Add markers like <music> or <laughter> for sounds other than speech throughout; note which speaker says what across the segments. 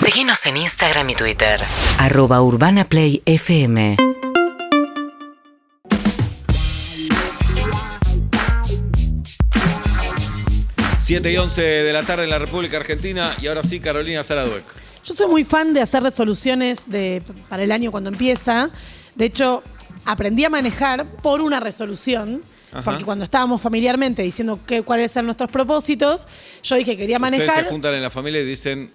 Speaker 1: Seguinos en Instagram y Twitter.
Speaker 2: arroba urbanaplayfm
Speaker 3: Siete y 11 de la tarde en la República Argentina y ahora sí Carolina Zaraduec.
Speaker 4: Yo soy muy fan de hacer resoluciones de- para el año cuando empieza. De hecho, aprendí a manejar por una resolución.
Speaker 3: Ajá.
Speaker 4: Porque cuando estábamos familiarmente diciendo qué- cuáles eran nuestros propósitos, yo dije quería
Speaker 3: Ustedes
Speaker 4: manejar.
Speaker 3: se juntan en la familia y dicen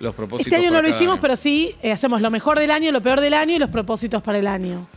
Speaker 3: los propósitos.
Speaker 4: Este año
Speaker 3: para
Speaker 4: no lo
Speaker 3: cada
Speaker 4: hicimos,
Speaker 3: año.
Speaker 4: pero sí eh, hacemos lo mejor del año, lo peor del año y los propósitos para el año.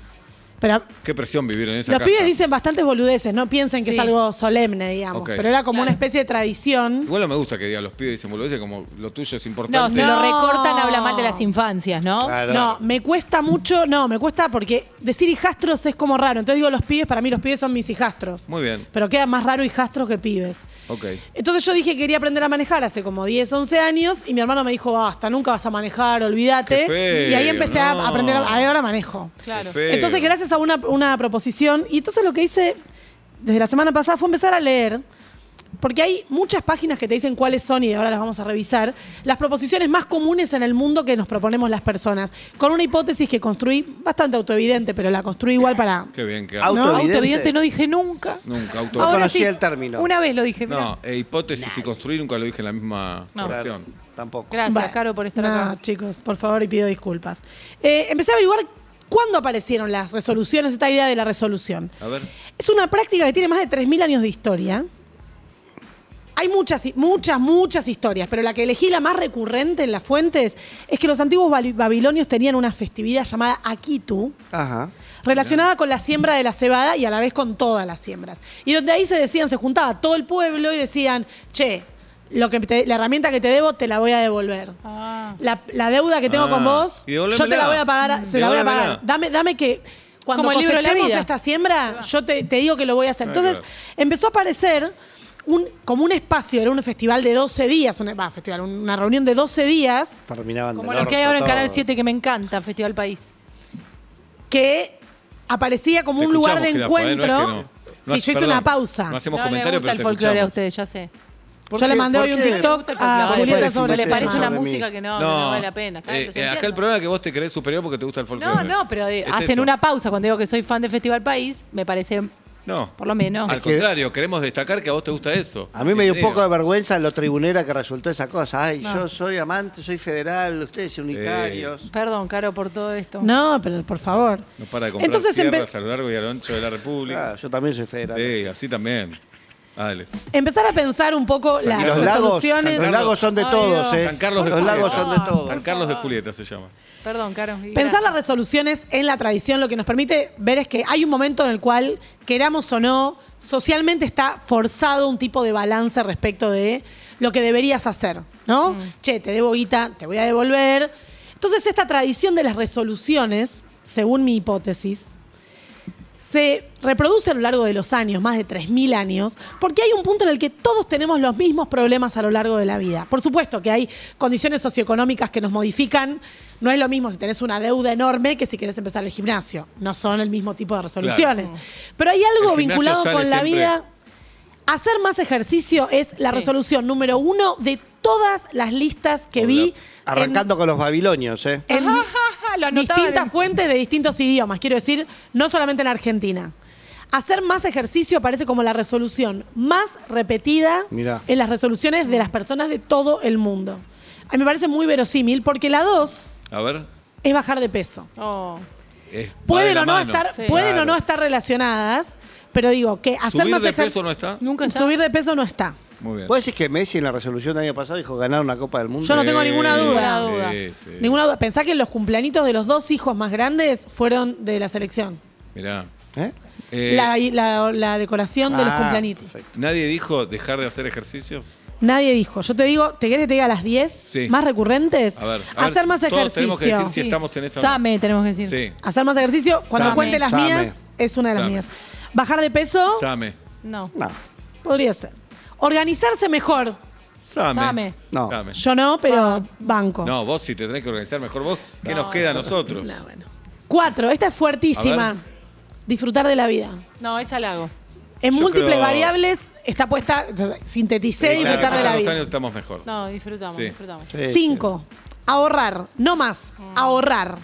Speaker 4: Pero
Speaker 3: Qué presión vivir en esa
Speaker 4: los
Speaker 3: casa.
Speaker 4: pibes dicen bastantes boludeces, no piensen que
Speaker 5: Sí.
Speaker 4: es algo solemne, digamos.
Speaker 3: Ok.
Speaker 4: Pero era como una especie de tradición.
Speaker 3: Igual no me gusta que digan los pibes dicen boludeces como lo tuyo es importante.
Speaker 5: No, si
Speaker 4: No.
Speaker 5: lo recortan, habla mal de las infancias, ¿no?
Speaker 3: Ah,
Speaker 4: No, me cuesta mucho, no, me cuesta porque decir hijastros es como raro. Entonces digo los pibes, para mí los pibes son mis hijastros.
Speaker 3: Muy bien.
Speaker 4: Pero queda más raro hijastros que pibes.
Speaker 3: Ok.
Speaker 4: Entonces yo dije que quería aprender a manejar hace como 10, 11 años y mi hermano me dijo, basta, nunca vas a manejar, olvídate.
Speaker 3: Qué feo,
Speaker 4: y ahí empecé a
Speaker 3: no.
Speaker 4: aprender, a- ahora manejo.
Speaker 5: Claro.
Speaker 3: Qué feo.
Speaker 4: Entonces gracias a una, una proposición, y entonces lo que hice desde la semana pasada fue empezar a leer, porque hay muchas páginas que te dicen cuáles son, y ahora las vamos a revisar, las proposiciones más comunes en el mundo que nos proponemos las personas, con una hipótesis que construí bastante autoevidente, pero la construí igual para...
Speaker 3: Qué bien que
Speaker 6: Auto-
Speaker 4: ¿no?
Speaker 6: Autovidente.
Speaker 5: Autovidente no dije nunca.
Speaker 3: Nunca auto.
Speaker 6: Ahora- conocía el término.
Speaker 5: Una vez lo dije. mirá.
Speaker 3: no, eh, hipótesis y construir nunca lo dije en la misma
Speaker 5: No.
Speaker 3: oración.
Speaker 6: Tampoco.
Speaker 5: <laughs> Gracias,
Speaker 4: Bueno,
Speaker 5: Caro, por estar
Speaker 4: no,
Speaker 5: acá.
Speaker 4: chicos, por favor, y pido disculpas. Eh, empecé a averiguar cuándo aparecieron las resoluciones, esta idea de la resolución.
Speaker 3: A ver.
Speaker 4: Es una práctica que tiene más de 3.000 años de historia. Hay muchas, muchas, muchas historias, pero la que elegí la más recurrente en las fuentes es que los antiguos bali- babilonios tenían una festividad llamada Akitu,
Speaker 6: Ajá.
Speaker 4: relacionada con la siembra de la cebada y a la vez con todas las siembras. Y donde ahí se decían, se juntaba todo el pueblo y decían, che, lo que te- la herramienta que te debo te la voy a devolver.
Speaker 5: Ah,
Speaker 4: La, la deuda que tengo
Speaker 3: Ah,
Speaker 4: con vos,
Speaker 3: y
Speaker 4: yo te
Speaker 3: devolvémela.
Speaker 4: la voy a pagar, a- se la voy a
Speaker 3: Devolvémela.
Speaker 4: pagar. Dame, dame que cuando
Speaker 5: Como el libro de la
Speaker 4: cosechemos
Speaker 5: vida.
Speaker 4: esta siembra, yo te, te digo que lo voy a hacer.
Speaker 3: Ah,
Speaker 4: Entonces,
Speaker 3: claro.
Speaker 4: empezó a aparecer un, como un espacio, era un festival de 12 días, una, va, festival, una reunión de 12 días
Speaker 6: Terminaban
Speaker 5: Como
Speaker 6: del
Speaker 5: los que hay
Speaker 6: orto
Speaker 5: ahora en Canal
Speaker 6: todo.
Speaker 5: 7 que me encanta, Festival País.
Speaker 4: que aparecía como
Speaker 3: Te
Speaker 4: un lugar de
Speaker 3: escuchamos, Jirafa, ¿eh?
Speaker 4: encuentro.
Speaker 3: No es que no. No
Speaker 4: sí,
Speaker 3: hace-
Speaker 4: yo hice
Speaker 3: perdón,
Speaker 4: una pausa.
Speaker 3: No hacemos
Speaker 5: no le
Speaker 3: comentarios, pero
Speaker 5: gusta el
Speaker 3: te
Speaker 5: folclore a
Speaker 3: escuchamos.
Speaker 5: ustedes, ya sé.
Speaker 6: ¿Por
Speaker 4: Yo le
Speaker 6: qué?
Speaker 4: mandé
Speaker 6: ¿Por
Speaker 4: hoy un
Speaker 6: qué?
Speaker 4: TikTok
Speaker 5: Porque
Speaker 4: a
Speaker 6: folclore.
Speaker 4: Julieta
Speaker 6: Parece un
Speaker 4: sobre
Speaker 5: le
Speaker 6: beso
Speaker 5: parece una
Speaker 6: sobre mí.
Speaker 5: música que no, no, no vale la pena. claro,
Speaker 3: eh,
Speaker 5: los
Speaker 3: eh, acá el
Speaker 5: entiendo.
Speaker 3: problema es que vos te crees superior porque te gusta el folclore.
Speaker 5: No, no, pero de-
Speaker 3: Es
Speaker 5: hacen
Speaker 3: eso.
Speaker 5: una pausa. Cuando digo que soy fan de Festival País, me parece,
Speaker 3: No.
Speaker 5: por lo menos.
Speaker 3: Al
Speaker 6: que-
Speaker 3: contrario, queremos destacar que a vos te gusta eso.
Speaker 6: A mí me dio un
Speaker 3: Ingeniero.
Speaker 6: poco de vergüenza lo tribunera que resultó esa cosa. Ay, yo soy amante, soy federal, ustedes unitarios.
Speaker 5: Perdón, Caro, por todo esto.
Speaker 4: No, pero por favor.
Speaker 3: No para de comprar
Speaker 4: Entonces empe-
Speaker 3: tierras a lo largo y a lo ancho de la
Speaker 6: Ah,
Speaker 3: República.
Speaker 6: yo también soy federal.
Speaker 3: sí, así también. Dale.
Speaker 4: empezar a pensar un poco
Speaker 3: sea,
Speaker 4: las
Speaker 3: y
Speaker 6: Los lagos,
Speaker 4: resoluciones.
Speaker 6: los lagos son de
Speaker 5: Ay,
Speaker 6: todos,
Speaker 5: Dios.
Speaker 6: ¿eh?
Speaker 3: San Carlos de
Speaker 6: los
Speaker 3: Julieta.
Speaker 6: lagos son de todos.
Speaker 3: San Carlos de Julieta se llama.
Speaker 5: Perdón, Caro. y
Speaker 4: Pensar
Speaker 5: gracias.
Speaker 4: las resoluciones en la tradición lo que nos permite ver es que hay un momento en el cual, queramos o no, socialmente está forzado un tipo de balance respecto de lo que deberías hacer, ¿no? Che, te debo guita, te voy a devolver. Entonces, esta tradición de las resoluciones, según mi hipótesis, se reproduce a lo largo de los años, más de 3.000 años, porque hay un punto en el que todos tenemos los mismos problemas a lo largo de la vida. Por supuesto que hay condiciones socioeconómicas que nos modifican. No es lo mismo si tenés una deuda enorme que si querés empezar el gimnasio. No son el mismo tipo de resoluciones. Pero hay algo
Speaker 3: El gimnasio
Speaker 4: vinculado
Speaker 3: sale
Speaker 4: con la
Speaker 3: siempre.
Speaker 4: vida. Hacer más ejercicio es la
Speaker 5: Sí.
Speaker 4: resolución número uno de todas las listas que vi. en-
Speaker 6: Arrancando con los babilonios, ¿eh?
Speaker 4: en
Speaker 5: Lo anotaba
Speaker 4: distintas
Speaker 5: en-
Speaker 4: fuentes de distintos idiomas, quiero decir, no solamente en Argentina. Hacer más ejercicio parece como la resolución más repetida
Speaker 6: Mirá.
Speaker 4: en las resoluciones de las personas de todo el mundo. A mí me parece muy verosímil porque la dos
Speaker 3: A ver.
Speaker 4: es bajar de peso.
Speaker 5: Oh.
Speaker 3: eh, va de
Speaker 4: Pueden
Speaker 3: la
Speaker 4: o no
Speaker 3: mano.
Speaker 4: estar,
Speaker 5: Sí.
Speaker 4: pueden o
Speaker 6: Claro.
Speaker 4: no estar relacionadas, pero digo que hacer
Speaker 3: ¿Subir
Speaker 4: más
Speaker 3: de
Speaker 4: ejer-
Speaker 3: peso no está?
Speaker 5: Nunca está.
Speaker 4: Subir de peso no está.
Speaker 3: Muy bien.
Speaker 6: ¿Vos decís que Messi en la resolución del año pasado dijo ganar una Copa del Mundo?
Speaker 4: Yo no tengo ninguna duda.
Speaker 5: duda.
Speaker 3: Sí, sí.
Speaker 4: Ninguna duda. Pensá que los cumpleañitos de los dos hijos más grandes fueron de la selección.
Speaker 3: Mirá.
Speaker 6: ¿Eh?
Speaker 3: Eh,
Speaker 4: la, la- la decoración de los
Speaker 6: Ah,
Speaker 4: cumpleañitos.
Speaker 6: perfecto.
Speaker 3: ¿Nadie dijo dejar de hacer ejercicios?
Speaker 4: Nadie dijo. Yo te digo, ¿te querés que te diga las 10
Speaker 3: Sí.
Speaker 4: más recurrentes?
Speaker 3: A ver, a ver,
Speaker 4: hacer más
Speaker 3: todos
Speaker 4: ejercicio.
Speaker 3: tenemos que decir si estamos en esa-
Speaker 5: Same, tenemos que decir.
Speaker 3: Sí.
Speaker 4: Hacer más ejercicio, cuando
Speaker 6: Same.
Speaker 4: cuente las
Speaker 6: Same.
Speaker 4: mías, es una de las
Speaker 3: Same.
Speaker 4: mías. Bajar de peso,
Speaker 3: Same.
Speaker 5: No.
Speaker 6: No,
Speaker 4: podría ser. Organizarse mejor.
Speaker 3: Same.
Speaker 5: Same.
Speaker 6: No.
Speaker 3: Same.
Speaker 4: Yo no, pero banco.
Speaker 3: Ah. No, vos sí te tenés que organizar mejor vos. ¿Qué nos queda a nosotros?
Speaker 4: No, bueno. Cuatro, esta es
Speaker 3: A
Speaker 4: fuertísima.
Speaker 3: ver.
Speaker 4: Disfrutar de la vida.
Speaker 5: No, es halago.
Speaker 4: En
Speaker 3: Yo
Speaker 4: múltiples
Speaker 3: creo-
Speaker 4: variables está puesta, sinteticé
Speaker 3: Cada
Speaker 4: disfrutar
Speaker 3: que
Speaker 4: de la
Speaker 3: pasan los
Speaker 4: vida.
Speaker 3: años estamos mejor.
Speaker 5: No, disfrutamos,
Speaker 3: Sí.
Speaker 5: disfrutamos.
Speaker 6: Sí, sí.
Speaker 4: Cinco, Ahorrar, no más, ahorrar.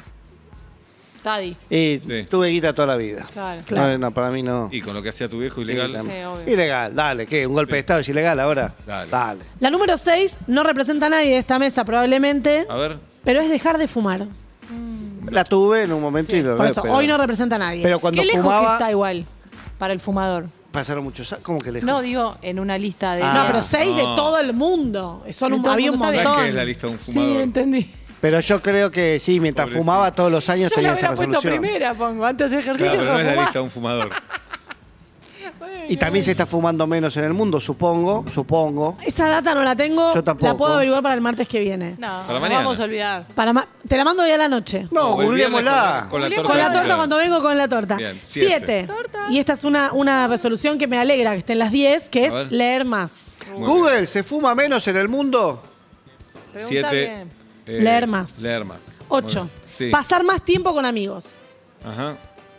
Speaker 5: Tadi.
Speaker 6: Y
Speaker 3: Sí.
Speaker 6: tuve guita toda la vida.
Speaker 5: Claro.
Speaker 4: Claro.
Speaker 6: No, no, para mí no.
Speaker 3: Y con lo que hacía tu viejo ilegal.
Speaker 5: Sí, obvio.
Speaker 6: Ilegal, dale, ¿qué? ¿Un golpe de Estado es ilegal ahora?
Speaker 3: Dale.
Speaker 4: La número 6 no representa a nadie de esta mesa probablemente,
Speaker 3: A ver.
Speaker 4: pero es dejar de fumar.
Speaker 6: La tuve en un momento y lo
Speaker 4: Por eso,
Speaker 6: pero-
Speaker 4: hoy no representa a nadie.
Speaker 6: Pero cuando
Speaker 5: Qué lejos que está
Speaker 6: fumaba,
Speaker 5: igual para el fumador.
Speaker 6: pasaron muchos años. ¿Cómo que lejos?
Speaker 5: No, digo, en una lista de...
Speaker 6: Ah.
Speaker 4: no, pero 6 de
Speaker 3: No.
Speaker 4: todo el mundo. Son
Speaker 5: De
Speaker 4: un,
Speaker 5: todo el
Speaker 4: había un
Speaker 5: mundo,
Speaker 3: ¿Sabes
Speaker 5: está bien.
Speaker 4: montón.
Speaker 3: qué es la lista de un
Speaker 5: sí,
Speaker 3: fumador?
Speaker 5: entendí.
Speaker 6: Pero yo creo que sí, mientras
Speaker 3: Pobrecito.
Speaker 6: fumaba todos los años
Speaker 5: Yo
Speaker 6: tenía
Speaker 5: la
Speaker 6: esa
Speaker 5: hubiera puesto
Speaker 6: resolución.
Speaker 5: primera, pongo. Antes de
Speaker 3: Claro,
Speaker 5: ejercicio,
Speaker 3: pero no es la
Speaker 5: fumar.
Speaker 3: lista de un fumador.
Speaker 6: Y también se está fumando menos en el mundo, supongo, supongo.
Speaker 4: Esa data no la tengo.
Speaker 6: Yo tampoco.
Speaker 4: La puedo averiguar para el martes que viene.
Speaker 5: No,
Speaker 3: Para
Speaker 5: nos
Speaker 3: mañana.
Speaker 5: vamos a olvidar.
Speaker 4: Para ma- te la mando hoy a la noche.
Speaker 6: No,
Speaker 3: O el viernes
Speaker 6: googleémosla.
Speaker 3: Con la,
Speaker 4: Con la torta
Speaker 3: claro.
Speaker 4: cuando vengo con la torta.
Speaker 3: Bien,
Speaker 4: siete.
Speaker 3: siete.
Speaker 4: Y esta es una, una resolución que me alegra que esté en las 10, que
Speaker 3: A
Speaker 4: es
Speaker 3: ver.
Speaker 4: leer más.
Speaker 3: Muy bien.
Speaker 6: Google, ¿se fuma menos en el mundo?
Speaker 5: Pregunta
Speaker 3: Siete.
Speaker 5: bien.
Speaker 3: eh,
Speaker 4: Leer más.
Speaker 3: Leer más.
Speaker 4: Ocho.
Speaker 3: Muy bien. Sí.
Speaker 4: Pasar más tiempo con amigos.
Speaker 3: Ajá.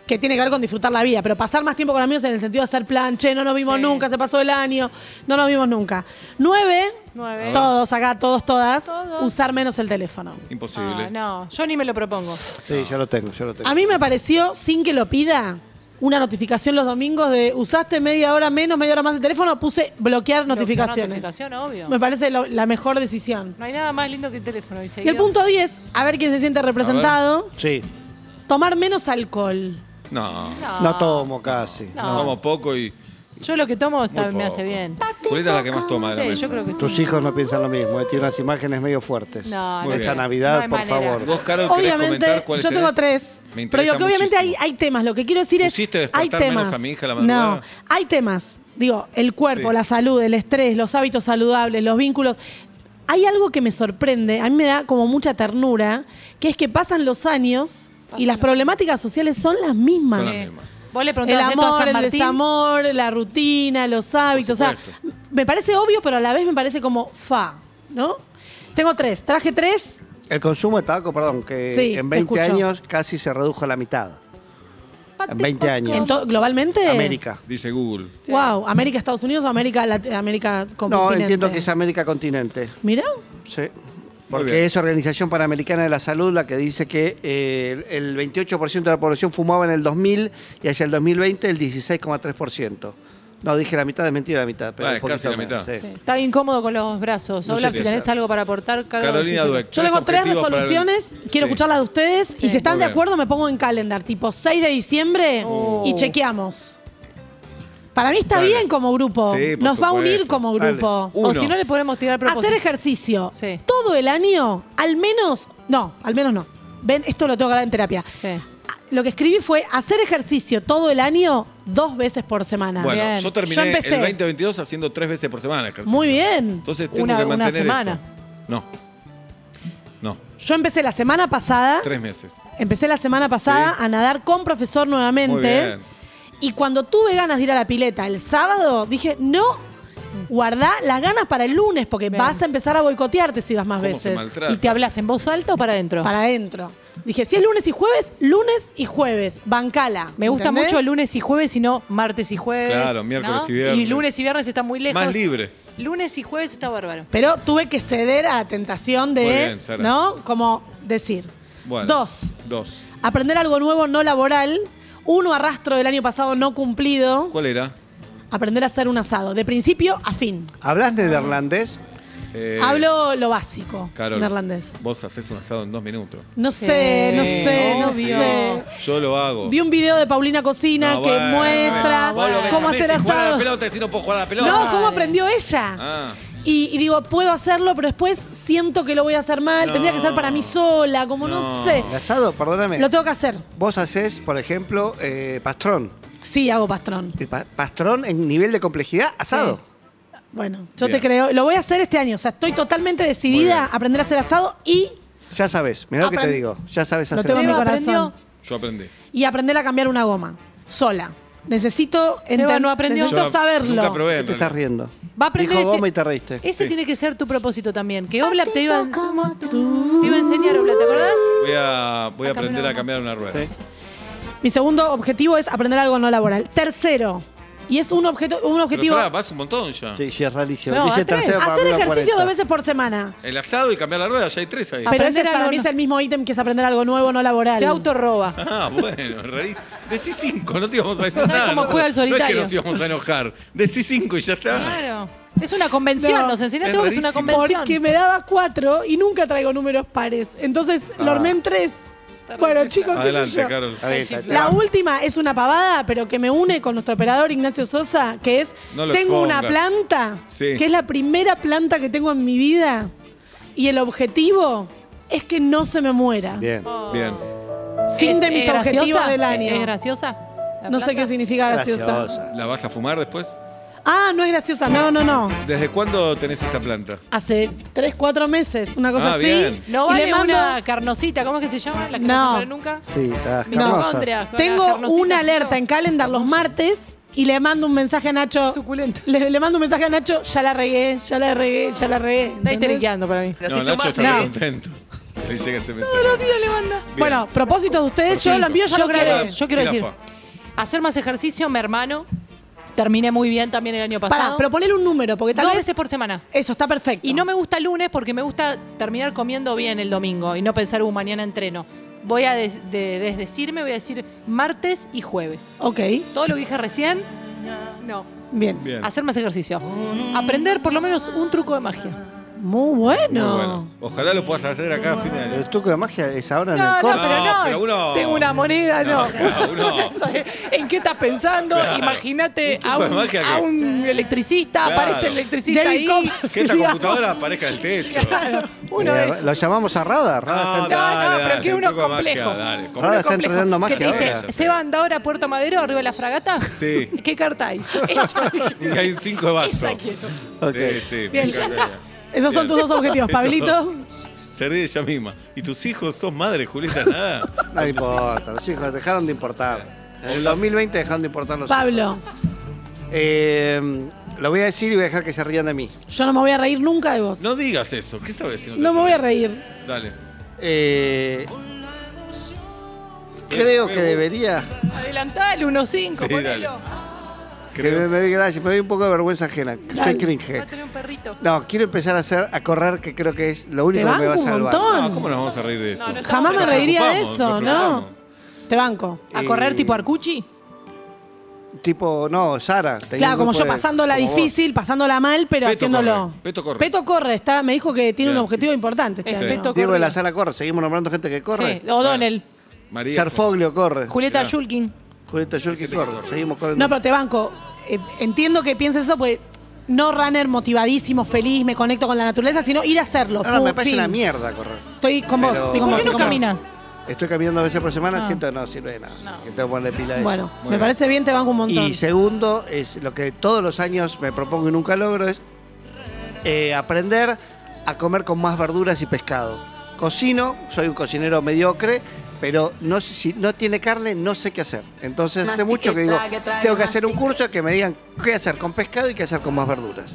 Speaker 4: Que tiene que ver con disfrutar la vida, pero pasar más tiempo con amigos en el sentido de hacer plan, che, no nos vimos
Speaker 5: Sí.
Speaker 4: nunca, se pasó el año, no nos vimos nunca. Nueve,
Speaker 5: Nueve.
Speaker 4: todos acá, todos, todas,
Speaker 5: Todos.
Speaker 4: usar menos el teléfono.
Speaker 3: Imposible.
Speaker 5: Ah, no, yo ni me lo propongo.
Speaker 6: Sí, ya lo tengo, ya lo tengo.
Speaker 4: A mí me pareció, sin que lo pida, una notificación los domingos de usaste media hora menos, media hora más el teléfono, puse bloquear notificaciones.
Speaker 5: Notificación, obvio.
Speaker 4: Me parece lo- la mejor decisión.
Speaker 5: No hay nada más lindo que el teléfono. Y,
Speaker 4: Y el
Speaker 5: seguido-
Speaker 4: punto 10, a ver quién se siente representado,
Speaker 6: Sí.
Speaker 4: tomar menos alcohol.
Speaker 3: No.
Speaker 5: No,
Speaker 6: No tomo casi.
Speaker 5: No.
Speaker 3: Como poco y.
Speaker 5: Yo lo que tomo está- me hace
Speaker 3: poco.
Speaker 5: bien.
Speaker 3: Julieta es la que más toma de la
Speaker 5: Sí,
Speaker 3: mesa.
Speaker 5: yo creo que
Speaker 6: Tus
Speaker 5: Pues sí.
Speaker 6: hijos no piensan lo mismo, eh, tiene unas imágenes medio fuertes.
Speaker 5: No,
Speaker 3: no.
Speaker 6: Esta
Speaker 3: No
Speaker 6: Navidad,
Speaker 5: hay
Speaker 6: por
Speaker 5: manera.
Speaker 6: favor.
Speaker 3: Vos, Caro, querés
Speaker 4: Obviamente,
Speaker 3: comentar cuáles
Speaker 4: yo tengo
Speaker 3: tenés?
Speaker 4: tres.
Speaker 3: Me interesa
Speaker 4: Pero digo que obviamente hay,
Speaker 3: muchísimo.
Speaker 4: hay temas. Lo que quiero decir es.
Speaker 3: ¿Pusiste
Speaker 4: Hay
Speaker 3: despertar
Speaker 4: temas.
Speaker 3: menos a mi hija a la madrugada?
Speaker 4: no, hay temas. Digo, el cuerpo,
Speaker 3: Sí.
Speaker 4: la salud, el estrés, los hábitos saludables, los vínculos. Hay algo que me sorprende, a mí me da como mucha ternura, que es que pasan los años y las problemáticas sociales son las mismas.
Speaker 3: Son las mismas.
Speaker 5: Vos le
Speaker 4: El
Speaker 5: preguntás esto a
Speaker 4: amor,
Speaker 5: San
Speaker 4: el
Speaker 5: Martín.
Speaker 4: desamor, la rutina, los hábitos. O sea,
Speaker 3: supuesto.
Speaker 4: me parece obvio, pero a la vez me parece como fa, ¿no? Tengo tres. Traje tres.
Speaker 6: El consumo de tabaco, perdón, que
Speaker 4: Sí, te
Speaker 6: en 20
Speaker 4: escucho.
Speaker 6: años casi se redujo a la mitad. En 20 años.
Speaker 4: En to- globalmente.
Speaker 6: América.
Speaker 3: Dice Google.
Speaker 4: Wow, América, Estados Unidos, América, Lat- América
Speaker 6: No,
Speaker 4: continente.
Speaker 6: entiendo que es América continente.
Speaker 4: Mira,
Speaker 6: Sí.
Speaker 3: bien.
Speaker 6: Porque es Organización Panamericana de la Salud la que dice que eh, el 28% de la población fumaba en el 2000 y hacia el 2020 el 16,3%. No, dije la mitad, es mentira la mitad. Pero
Speaker 3: Ah,
Speaker 6: un
Speaker 3: es casi
Speaker 6: poquito
Speaker 3: la
Speaker 6: menos,
Speaker 3: mitad.
Speaker 6: sí.
Speaker 5: Sí, Está incómodo con los brazos.
Speaker 3: No sé
Speaker 5: Habla
Speaker 3: qué
Speaker 5: si tenés
Speaker 3: hacer.
Speaker 5: algo para aportar. Carlos,
Speaker 3: Carolina
Speaker 5: sí, sí.
Speaker 3: Dueck.
Speaker 4: yo tengo tres
Speaker 3: objetivos para el-
Speaker 4: resoluciones, quiero
Speaker 3: Sí.
Speaker 4: escuchar las de ustedes y si están
Speaker 3: Muy
Speaker 4: de
Speaker 3: bien.
Speaker 4: acuerdo me pongo en calendar, tipo 6 de diciembre
Speaker 5: Oh.
Speaker 4: y chequeamos. Para mí está
Speaker 3: Dale.
Speaker 4: bien como grupo,
Speaker 3: Sí, por
Speaker 4: nos va a
Speaker 3: supuesto.
Speaker 4: unir como
Speaker 6: Dale.
Speaker 4: grupo.
Speaker 5: O
Speaker 3: Uno.
Speaker 5: si no, le podemos tirar
Speaker 4: Hacer
Speaker 5: propósitos.
Speaker 4: ejercicio
Speaker 5: Sí.
Speaker 4: todo el año, al menos, no, al menos no. Ven, esto lo tengo que hablar en terapia.
Speaker 5: Sí.
Speaker 4: Lo que escribí fue hacer ejercicio todo el año dos veces por semana.
Speaker 3: Bueno,
Speaker 5: Bien.
Speaker 3: yo
Speaker 4: Yo
Speaker 3: terminé
Speaker 4: empecé.
Speaker 3: el 2022 haciendo tres veces por semana. ejercicio.
Speaker 4: Muy bien.
Speaker 3: Entonces tengo
Speaker 5: Una-
Speaker 3: que
Speaker 5: una
Speaker 3: mantener
Speaker 5: semana.
Speaker 3: eso. No. No.
Speaker 4: Yo empecé la semana pasada.
Speaker 3: Tres meses.
Speaker 4: Empecé la semana pasada
Speaker 3: Sí.
Speaker 4: a nadar con profesor
Speaker 3: Muy
Speaker 4: nuevamente.
Speaker 3: bien.
Speaker 4: Y cuando tuve ganas de ir a la pileta el sábado, dije, no, guardá las ganas para el lunes, porque
Speaker 5: Bien.
Speaker 4: vas a empezar a boicotearte si vas más
Speaker 3: ¿Cómo se
Speaker 4: veces.
Speaker 3: maltrata?
Speaker 5: ¿Y te hablas en voz alta o para adentro?
Speaker 4: Para adentro. Dije, si es lunes y jueves, lunes y jueves, bancala.
Speaker 5: Me gusta
Speaker 4: ¿entendés?
Speaker 5: mucho lunes y jueves y no martes y jueves.
Speaker 3: Claro, miércoles
Speaker 5: ¿no?
Speaker 3: y viernes.
Speaker 5: Y lunes y viernes está muy lejos.
Speaker 3: Más libre.
Speaker 5: Lunes y jueves está bárbaro.
Speaker 4: Pero tuve que ceder a la tentación de,
Speaker 3: Muy bien, Sara.
Speaker 4: ¿no? Como decir.
Speaker 3: Bueno.
Speaker 4: Dos,
Speaker 3: Dos.
Speaker 4: aprender algo nuevo no laboral. Uno arrastro del año pasado no cumplido.
Speaker 3: ¿Cuál era?
Speaker 4: Aprender a hacer un asado, de principio a fin.
Speaker 6: ¿Hablas neerlandés?
Speaker 3: Eh,
Speaker 4: Hablo lo básico,
Speaker 3: Carol,
Speaker 4: neerlandés.
Speaker 3: Vos haces un asado en dos minutos.
Speaker 4: No sé, no
Speaker 5: Sí,
Speaker 4: sé, no
Speaker 5: obvio.
Speaker 4: sé.
Speaker 3: Yo lo hago.
Speaker 4: Vi un video de Paulina Cocina
Speaker 3: No,
Speaker 4: que
Speaker 3: bueno,
Speaker 4: muestra
Speaker 5: no,
Speaker 3: Vos lo ves
Speaker 4: cómo
Speaker 3: a Messi
Speaker 4: hacer
Speaker 3: jugar a la
Speaker 4: asado.
Speaker 3: pelota y si no puedo jugar a la pelota.
Speaker 4: No, cómo aprendió ella.
Speaker 3: Ah.
Speaker 4: Y, y digo, puedo hacerlo, pero después siento que lo voy a hacer mal.
Speaker 3: No.
Speaker 4: Tendría que ser para mí sola, como no,
Speaker 3: No.
Speaker 4: sé.
Speaker 6: El asado, perdóname.
Speaker 4: Lo tengo que hacer.
Speaker 6: Vos haces, por ejemplo, eh, pastrón.
Speaker 4: Sí, hago pastrón.
Speaker 6: El pa- pastrón en nivel de complejidad, asado.
Speaker 4: Bueno, yo
Speaker 3: Bien.
Speaker 4: te creo. Lo voy a hacer este año. O sea, estoy totalmente decidida a aprender a hacer asado y,
Speaker 6: Ya sabes, mirá lo que
Speaker 4: Aprend-
Speaker 6: te digo. Ya sabes
Speaker 4: Lo
Speaker 6: hacer
Speaker 4: tengo en mi
Speaker 5: Seba
Speaker 6: asado.
Speaker 4: corazón.
Speaker 5: aprendió.
Speaker 3: Yo aprendí.
Speaker 4: y aprender a cambiar una goma. Sola. Necesito,
Speaker 5: Seba
Speaker 4: enten-
Speaker 5: no aprendió.
Speaker 4: necesito
Speaker 3: Yo
Speaker 4: saberlo.
Speaker 3: Nunca probé.
Speaker 6: ¿Qué
Speaker 3: en
Speaker 6: te estás
Speaker 3: realidad.
Speaker 6: riendo?
Speaker 5: Va a aprender
Speaker 6: Dijo
Speaker 5: este-
Speaker 6: goma y te reíste.
Speaker 5: Ese tiene que ser tu propósito también. Que Oblap te iba, te iba a enseñar, Oblap, ¿te acordás?
Speaker 3: Voy a, voy a
Speaker 5: A
Speaker 3: aprender
Speaker 5: cambiar
Speaker 3: a cambiar una rueda.
Speaker 6: Sí.
Speaker 4: Mi segundo objetivo es aprender algo no laboral. Tercero, Y es un, objeto, un
Speaker 3: Pero
Speaker 4: objetivo. eh,
Speaker 3: pará, vas un montón ya.
Speaker 6: Sí, sí, es rarísimo.
Speaker 5: No,
Speaker 6: Dice
Speaker 5: a tres.
Speaker 6: tercero para
Speaker 4: hacer
Speaker 6: mí una
Speaker 4: ejercicio
Speaker 6: 40.
Speaker 4: dos veces por semana.
Speaker 3: El asado y cambiar la rueda, ya hay tres ahí.
Speaker 5: Ah.
Speaker 4: Pero ese
Speaker 5: Aprender
Speaker 4: es- para
Speaker 5: algo
Speaker 4: mí
Speaker 5: no-
Speaker 4: es el mismo ítem que es aprender algo nuevo, no laboral.
Speaker 5: Se autorroba.
Speaker 3: <laughs> Ah, bueno, raíz. Decí cinco, no te íbamos a decir
Speaker 5: No sabés
Speaker 3: nada.
Speaker 5: cómo
Speaker 3: no,
Speaker 5: juega el
Speaker 3: No es que
Speaker 5: solitario.
Speaker 3: nos íbamos a enojar. Decí cinco y ya está.
Speaker 5: Claro. Es una convención,
Speaker 4: No,
Speaker 5: nos enseñaste
Speaker 3: es
Speaker 5: vos que es una
Speaker 3: rarísimo.
Speaker 5: convención.
Speaker 4: Porque me daba cuatro y nunca traigo números pares. Entonces, Lormé en tres. Bueno, chicos, qué sé
Speaker 3: Ah. Adelante,
Speaker 4: yo.
Speaker 3: Carol.
Speaker 6: Ahí está, está.
Speaker 4: La última es una pavada, pero que me une con nuestro operador Ignacio Sosa, que es,
Speaker 3: No lo
Speaker 4: tengo una
Speaker 3: expongas.
Speaker 4: planta,
Speaker 3: Sí.
Speaker 4: que es la primera planta que tengo en mi vida, y el objetivo es que no se me muera.
Speaker 6: Bien.
Speaker 5: Oh.
Speaker 3: Bien.
Speaker 4: Fin
Speaker 5: ¿Es-
Speaker 4: de mis
Speaker 5: es graciosa?
Speaker 4: objetivos del
Speaker 5: ¿Es- ¿Es
Speaker 4: año.
Speaker 5: graciosa? ¿La
Speaker 4: No sé
Speaker 5: planta?
Speaker 4: qué significa graciosa.
Speaker 6: Graciosa.
Speaker 3: ¿La vas a fumar después?
Speaker 4: Ah, no es graciosa, no, no, no.
Speaker 3: ¿Desde cuándo tenés esa planta?
Speaker 4: Hace tres, cuatro meses, una
Speaker 3: Ah,
Speaker 4: cosa así.
Speaker 3: bien.
Speaker 5: No
Speaker 4: y
Speaker 5: vale
Speaker 4: le mando-
Speaker 5: una carnosita, ¿cómo es que se llama? La que no,
Speaker 4: No.
Speaker 5: se muere nunca.
Speaker 6: Sí, estás
Speaker 5: Mitocondria.
Speaker 6: carnosas.
Speaker 5: Con las
Speaker 4: Tengo
Speaker 5: carnositas,
Speaker 4: una
Speaker 5: ¿no?
Speaker 4: alerta en calendar los martes y le mando un mensaje a Nacho.
Speaker 5: Suculento.
Speaker 4: Le, le mando un mensaje a Nacho, ya la regué, ya la regué, ya la regué.
Speaker 5: Está
Speaker 4: ¿entendés?
Speaker 5: histeriqueando para mí.
Speaker 3: No, Nacho está
Speaker 4: No.
Speaker 3: muy contento. Le llega ese mensaje. Bien.
Speaker 4: Bueno, propósitos de ustedes, yo
Speaker 3: Perfecto.
Speaker 4: lo envío, ya
Speaker 5: Yo
Speaker 4: lo grabé.
Speaker 5: quiero- yo decir-
Speaker 3: Jirafa.
Speaker 5: Hacer más ejercicio, mi hermano. Terminé muy bien también el año
Speaker 4: Para,
Speaker 5: pasado.
Speaker 4: proponer un número, porque tal
Speaker 5: Dos
Speaker 4: vez.
Speaker 5: veces por semana.
Speaker 4: Eso está perfecto.
Speaker 5: Y no me gusta el lunes porque me gusta terminar comiendo bien el domingo y no pensar, uh, mañana entreno. Voy a des- de- desdecirme, voy a decir martes y jueves.
Speaker 4: Ok,
Speaker 5: Todo lo que dije recién, no.
Speaker 4: bien.
Speaker 3: Bien.
Speaker 5: Hacer más ejercicio. Aprender por lo menos un truco de magia.
Speaker 4: Muy
Speaker 3: Muy
Speaker 4: bueno.
Speaker 3: bueno. Ojalá lo puedas hacer acá a fin de año.
Speaker 6: El truco de magia es ahora en
Speaker 5: No,
Speaker 6: el
Speaker 5: no,
Speaker 6: corte.
Speaker 5: pero no.
Speaker 3: pero uno-
Speaker 5: Tengo una moneda, <laughs> no.
Speaker 3: No, claro, uno.
Speaker 5: ¿En qué estás pensando?
Speaker 3: Claro.
Speaker 5: Imagínate
Speaker 3: Un
Speaker 5: a
Speaker 3: truco de
Speaker 5: un,
Speaker 3: magia que-
Speaker 5: a un electricista,
Speaker 3: Claro.
Speaker 5: aparece el electricista
Speaker 4: David
Speaker 5: ahí.
Speaker 4: Copperfield.
Speaker 5: <laughs>
Speaker 3: Que esta
Speaker 4: Digamos.
Speaker 3: computadora aparezca del techo.
Speaker 5: Claro, uno
Speaker 6: Eh,
Speaker 5: de esos.
Speaker 6: lo llamamos a Radar. Radar está
Speaker 3: No,
Speaker 6: en-
Speaker 5: No, no,
Speaker 3: dale,
Speaker 5: pero que
Speaker 3: dale,
Speaker 5: uno
Speaker 3: un poco de
Speaker 5: complejo.
Speaker 3: magia, dale.
Speaker 5: Uno
Speaker 6: Ahora está
Speaker 5: complejo.
Speaker 6: entrenando
Speaker 5: Que
Speaker 6: magia
Speaker 5: te dice,
Speaker 3: ahora.
Speaker 5: ¿se va a andar ahora a Puerto Madero, arriba de la fragata?
Speaker 3: eh. Sí.
Speaker 5: <laughs> ¿Qué
Speaker 3: <laughs>
Speaker 5: carta hay? Esa
Speaker 3: Y hay un 5 de vaso.
Speaker 5: esa quiero.
Speaker 6: Ok.
Speaker 3: Sí, sí, me
Speaker 4: Bien, ya
Speaker 3: encanta.
Speaker 4: está. Esos son
Speaker 3: Bien.
Speaker 4: tus dos objetivos,
Speaker 3: Eso.
Speaker 4: Pablito.
Speaker 3: Se ríe ella misma. ¿Y tus hijos sos madre, Julieta? Nada.
Speaker 6: No importa, los hijos dejaron de importar. En el 2020 dejaron de importar los hijos.
Speaker 4: Pablo,
Speaker 6: Eh, lo voy a decir y voy a dejar que se rían de mí.
Speaker 4: yo no me voy a reír nunca de vos. No,
Speaker 3: No digas eso. ¿Qué sabes si no te
Speaker 4: me voy a
Speaker 3: sabes?
Speaker 4: reír.
Speaker 3: Dale.
Speaker 6: Eh, creo que debería.
Speaker 5: Adelantá el 1-5,
Speaker 3: Sí,
Speaker 5: ponelo.
Speaker 3: dale.
Speaker 6: Que me, me doy gracias, me doy un poco de vergüenza ajena. Soy
Speaker 5: Va a
Speaker 6: cringe.
Speaker 5: tener un perrito.
Speaker 6: No, quiero empezar a hacer a correr, que creo que es lo único que
Speaker 4: banco
Speaker 6: me va a
Speaker 4: un
Speaker 6: salvar.
Speaker 4: montón.
Speaker 3: No, ¿Cómo nos vamos a reír de eso?
Speaker 5: No, no estamos
Speaker 4: Jamás me
Speaker 5: Nos
Speaker 4: reiría de
Speaker 3: preocupamos,
Speaker 4: eso,
Speaker 3: nos
Speaker 4: ¿no?
Speaker 3: preocupamos.
Speaker 4: Te banco.
Speaker 5: ¿A correr
Speaker 6: Eh,
Speaker 5: tipo Arcuchi?
Speaker 6: Tipo, no, Sara. tenía
Speaker 4: Claro,
Speaker 6: un
Speaker 4: como
Speaker 6: grupo
Speaker 4: yo
Speaker 6: de-
Speaker 4: pasándola
Speaker 6: como vos.
Speaker 4: difícil, pasándola mal, pero
Speaker 3: Peto
Speaker 4: haciéndolo.
Speaker 3: corre, Peto corre.
Speaker 4: Peto corre, está, me dijo que tiene
Speaker 3: Bien.
Speaker 4: un objetivo importante. este
Speaker 5: Es
Speaker 4: año.
Speaker 5: Peto
Speaker 6: Diego de la
Speaker 5: corrida.
Speaker 6: Sara corre, seguimos nombrando gente que corre.
Speaker 5: Sí, O'Donnell,
Speaker 3: María.
Speaker 6: Sarfoglio corre.
Speaker 5: Julieta
Speaker 3: Mirá.
Speaker 5: Shulkin.
Speaker 6: Julieta Yulki corre. Seguimos corriendo.
Speaker 4: No, pero te banco. Eh, entiendo que pienses eso, pues no runner motivadísimo, feliz, me conecto con la naturaleza, sino ir a hacerlo.
Speaker 6: No, no, Ah, me
Speaker 4: Fu-
Speaker 6: parece
Speaker 4: fin.
Speaker 6: una mierda correr.
Speaker 4: Estoy con vos.
Speaker 6: Pero-
Speaker 4: estoy con
Speaker 5: ¿Por
Speaker 4: vos,
Speaker 5: qué no
Speaker 4: estoy con vos.
Speaker 5: caminas?
Speaker 6: Estoy caminando dos veces por semana, siento que no sirve de nada. Que tengo que ponerle pila a eso.
Speaker 4: Bueno,
Speaker 3: Muy
Speaker 4: me
Speaker 3: bien.
Speaker 4: parece bien, te banco un montón.
Speaker 6: Y segundo, es lo que todos los años me propongo y nunca logro, es eh, aprender a comer con más verduras y pescado. Cocino, soy un cocinero mediocre, pero no sé si no tiene carne, no sé qué hacer. Entonces hace mucho que digo, tengo que hacer un curso que me digan qué hacer con pescado y qué hacer con más verduras.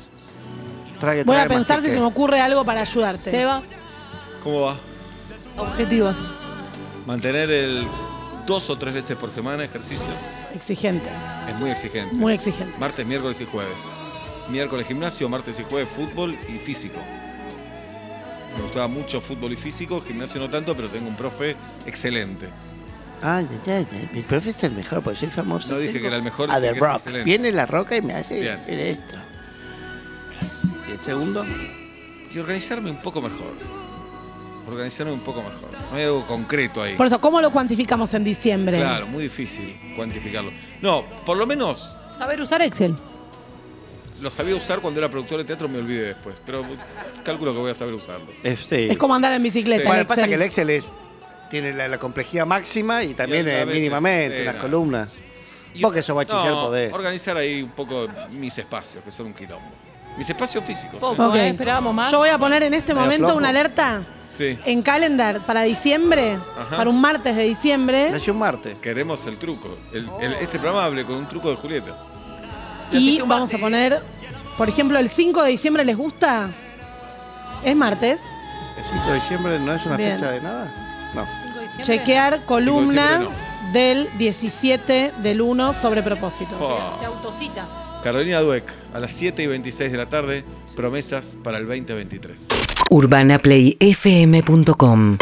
Speaker 6: Trague,
Speaker 4: Voy a
Speaker 6: trague,
Speaker 4: pensar si
Speaker 6: mastique.
Speaker 4: se me ocurre algo para ayudarte.
Speaker 5: Seba,
Speaker 3: ¿Cómo va?
Speaker 5: objetivos.
Speaker 3: Mantener el dos o tres veces por semana ejercicio
Speaker 4: Exigente,
Speaker 3: es muy exigente.
Speaker 4: muy exigente.
Speaker 3: Martes, miércoles y jueves. Miércoles gimnasio, martes y jueves fútbol y físico. Me gustaba mucho fútbol y físico, gimnasio no tanto, pero tengo un profe excelente.
Speaker 6: Ay, ay, ay, ay, mi profe es el mejor porque soy famoso.
Speaker 3: No dije que era el mejor,
Speaker 6: A
Speaker 3: dije
Speaker 6: The
Speaker 3: que es
Speaker 6: Rock.
Speaker 3: excelente.
Speaker 6: Viene la roca y me hace
Speaker 3: Bien.
Speaker 6: hacer esto. Y el segundo.
Speaker 3: Y organizarme un poco mejor. Organizarme un poco mejor. No hay algo concreto ahí.
Speaker 4: Por eso, ¿cómo lo cuantificamos en diciembre?
Speaker 3: Claro, muy difícil cuantificarlo. No, por lo menos
Speaker 5: Saber usar Excel.
Speaker 3: lo sabía usar cuando era productor de teatro, me olvidé después. Pero calculo que voy a saber usarlo.
Speaker 6: Este.
Speaker 3: eh,
Speaker 4: Es como andar en bicicleta.
Speaker 3: Sí.
Speaker 4: en
Speaker 6: Bueno, pasa
Speaker 4: Excel.
Speaker 6: que el Excel es, tiene la, la complejidad máxima y también
Speaker 3: Y a
Speaker 6: eh,
Speaker 3: veces
Speaker 6: mínimamente,
Speaker 3: era.
Speaker 6: unas columnas.
Speaker 3: Y-
Speaker 6: Vos que sos bachiller
Speaker 3: no,
Speaker 6: podés.
Speaker 3: Organizar ahí un poco mis espacios, que son un quilombo. Mis espacios físicos.
Speaker 5: Poco,
Speaker 4: Ok.
Speaker 5: ¿eh? Esperábamos más.
Speaker 4: Yo voy a poner en este
Speaker 6: Medio
Speaker 4: momento
Speaker 6: flojo.
Speaker 4: una alerta
Speaker 3: ¿eh? Sí. Sí.
Speaker 4: en calendar para diciembre,
Speaker 3: Ajá.
Speaker 4: para un martes de diciembre.
Speaker 6: Nació un martes.
Speaker 3: Queremos el truco. El, el- este programa hable con un truco de Julieta.
Speaker 4: Y vamos a poner, por ejemplo, el 5 de diciembre les gusta. Es martes.
Speaker 6: El 5 de diciembre no es una
Speaker 4: Bien.
Speaker 6: fecha de nada. No.
Speaker 5: 5 de diciembre.
Speaker 4: Chequear columna
Speaker 3: diciembre
Speaker 4: del 17 del 1 sobre propósitos.
Speaker 3: Oh.
Speaker 5: Se autocita.
Speaker 3: Carolina Dueck, a las 7 y 26 de la tarde, promesas para el 2023.
Speaker 2: urbanaplayfm.com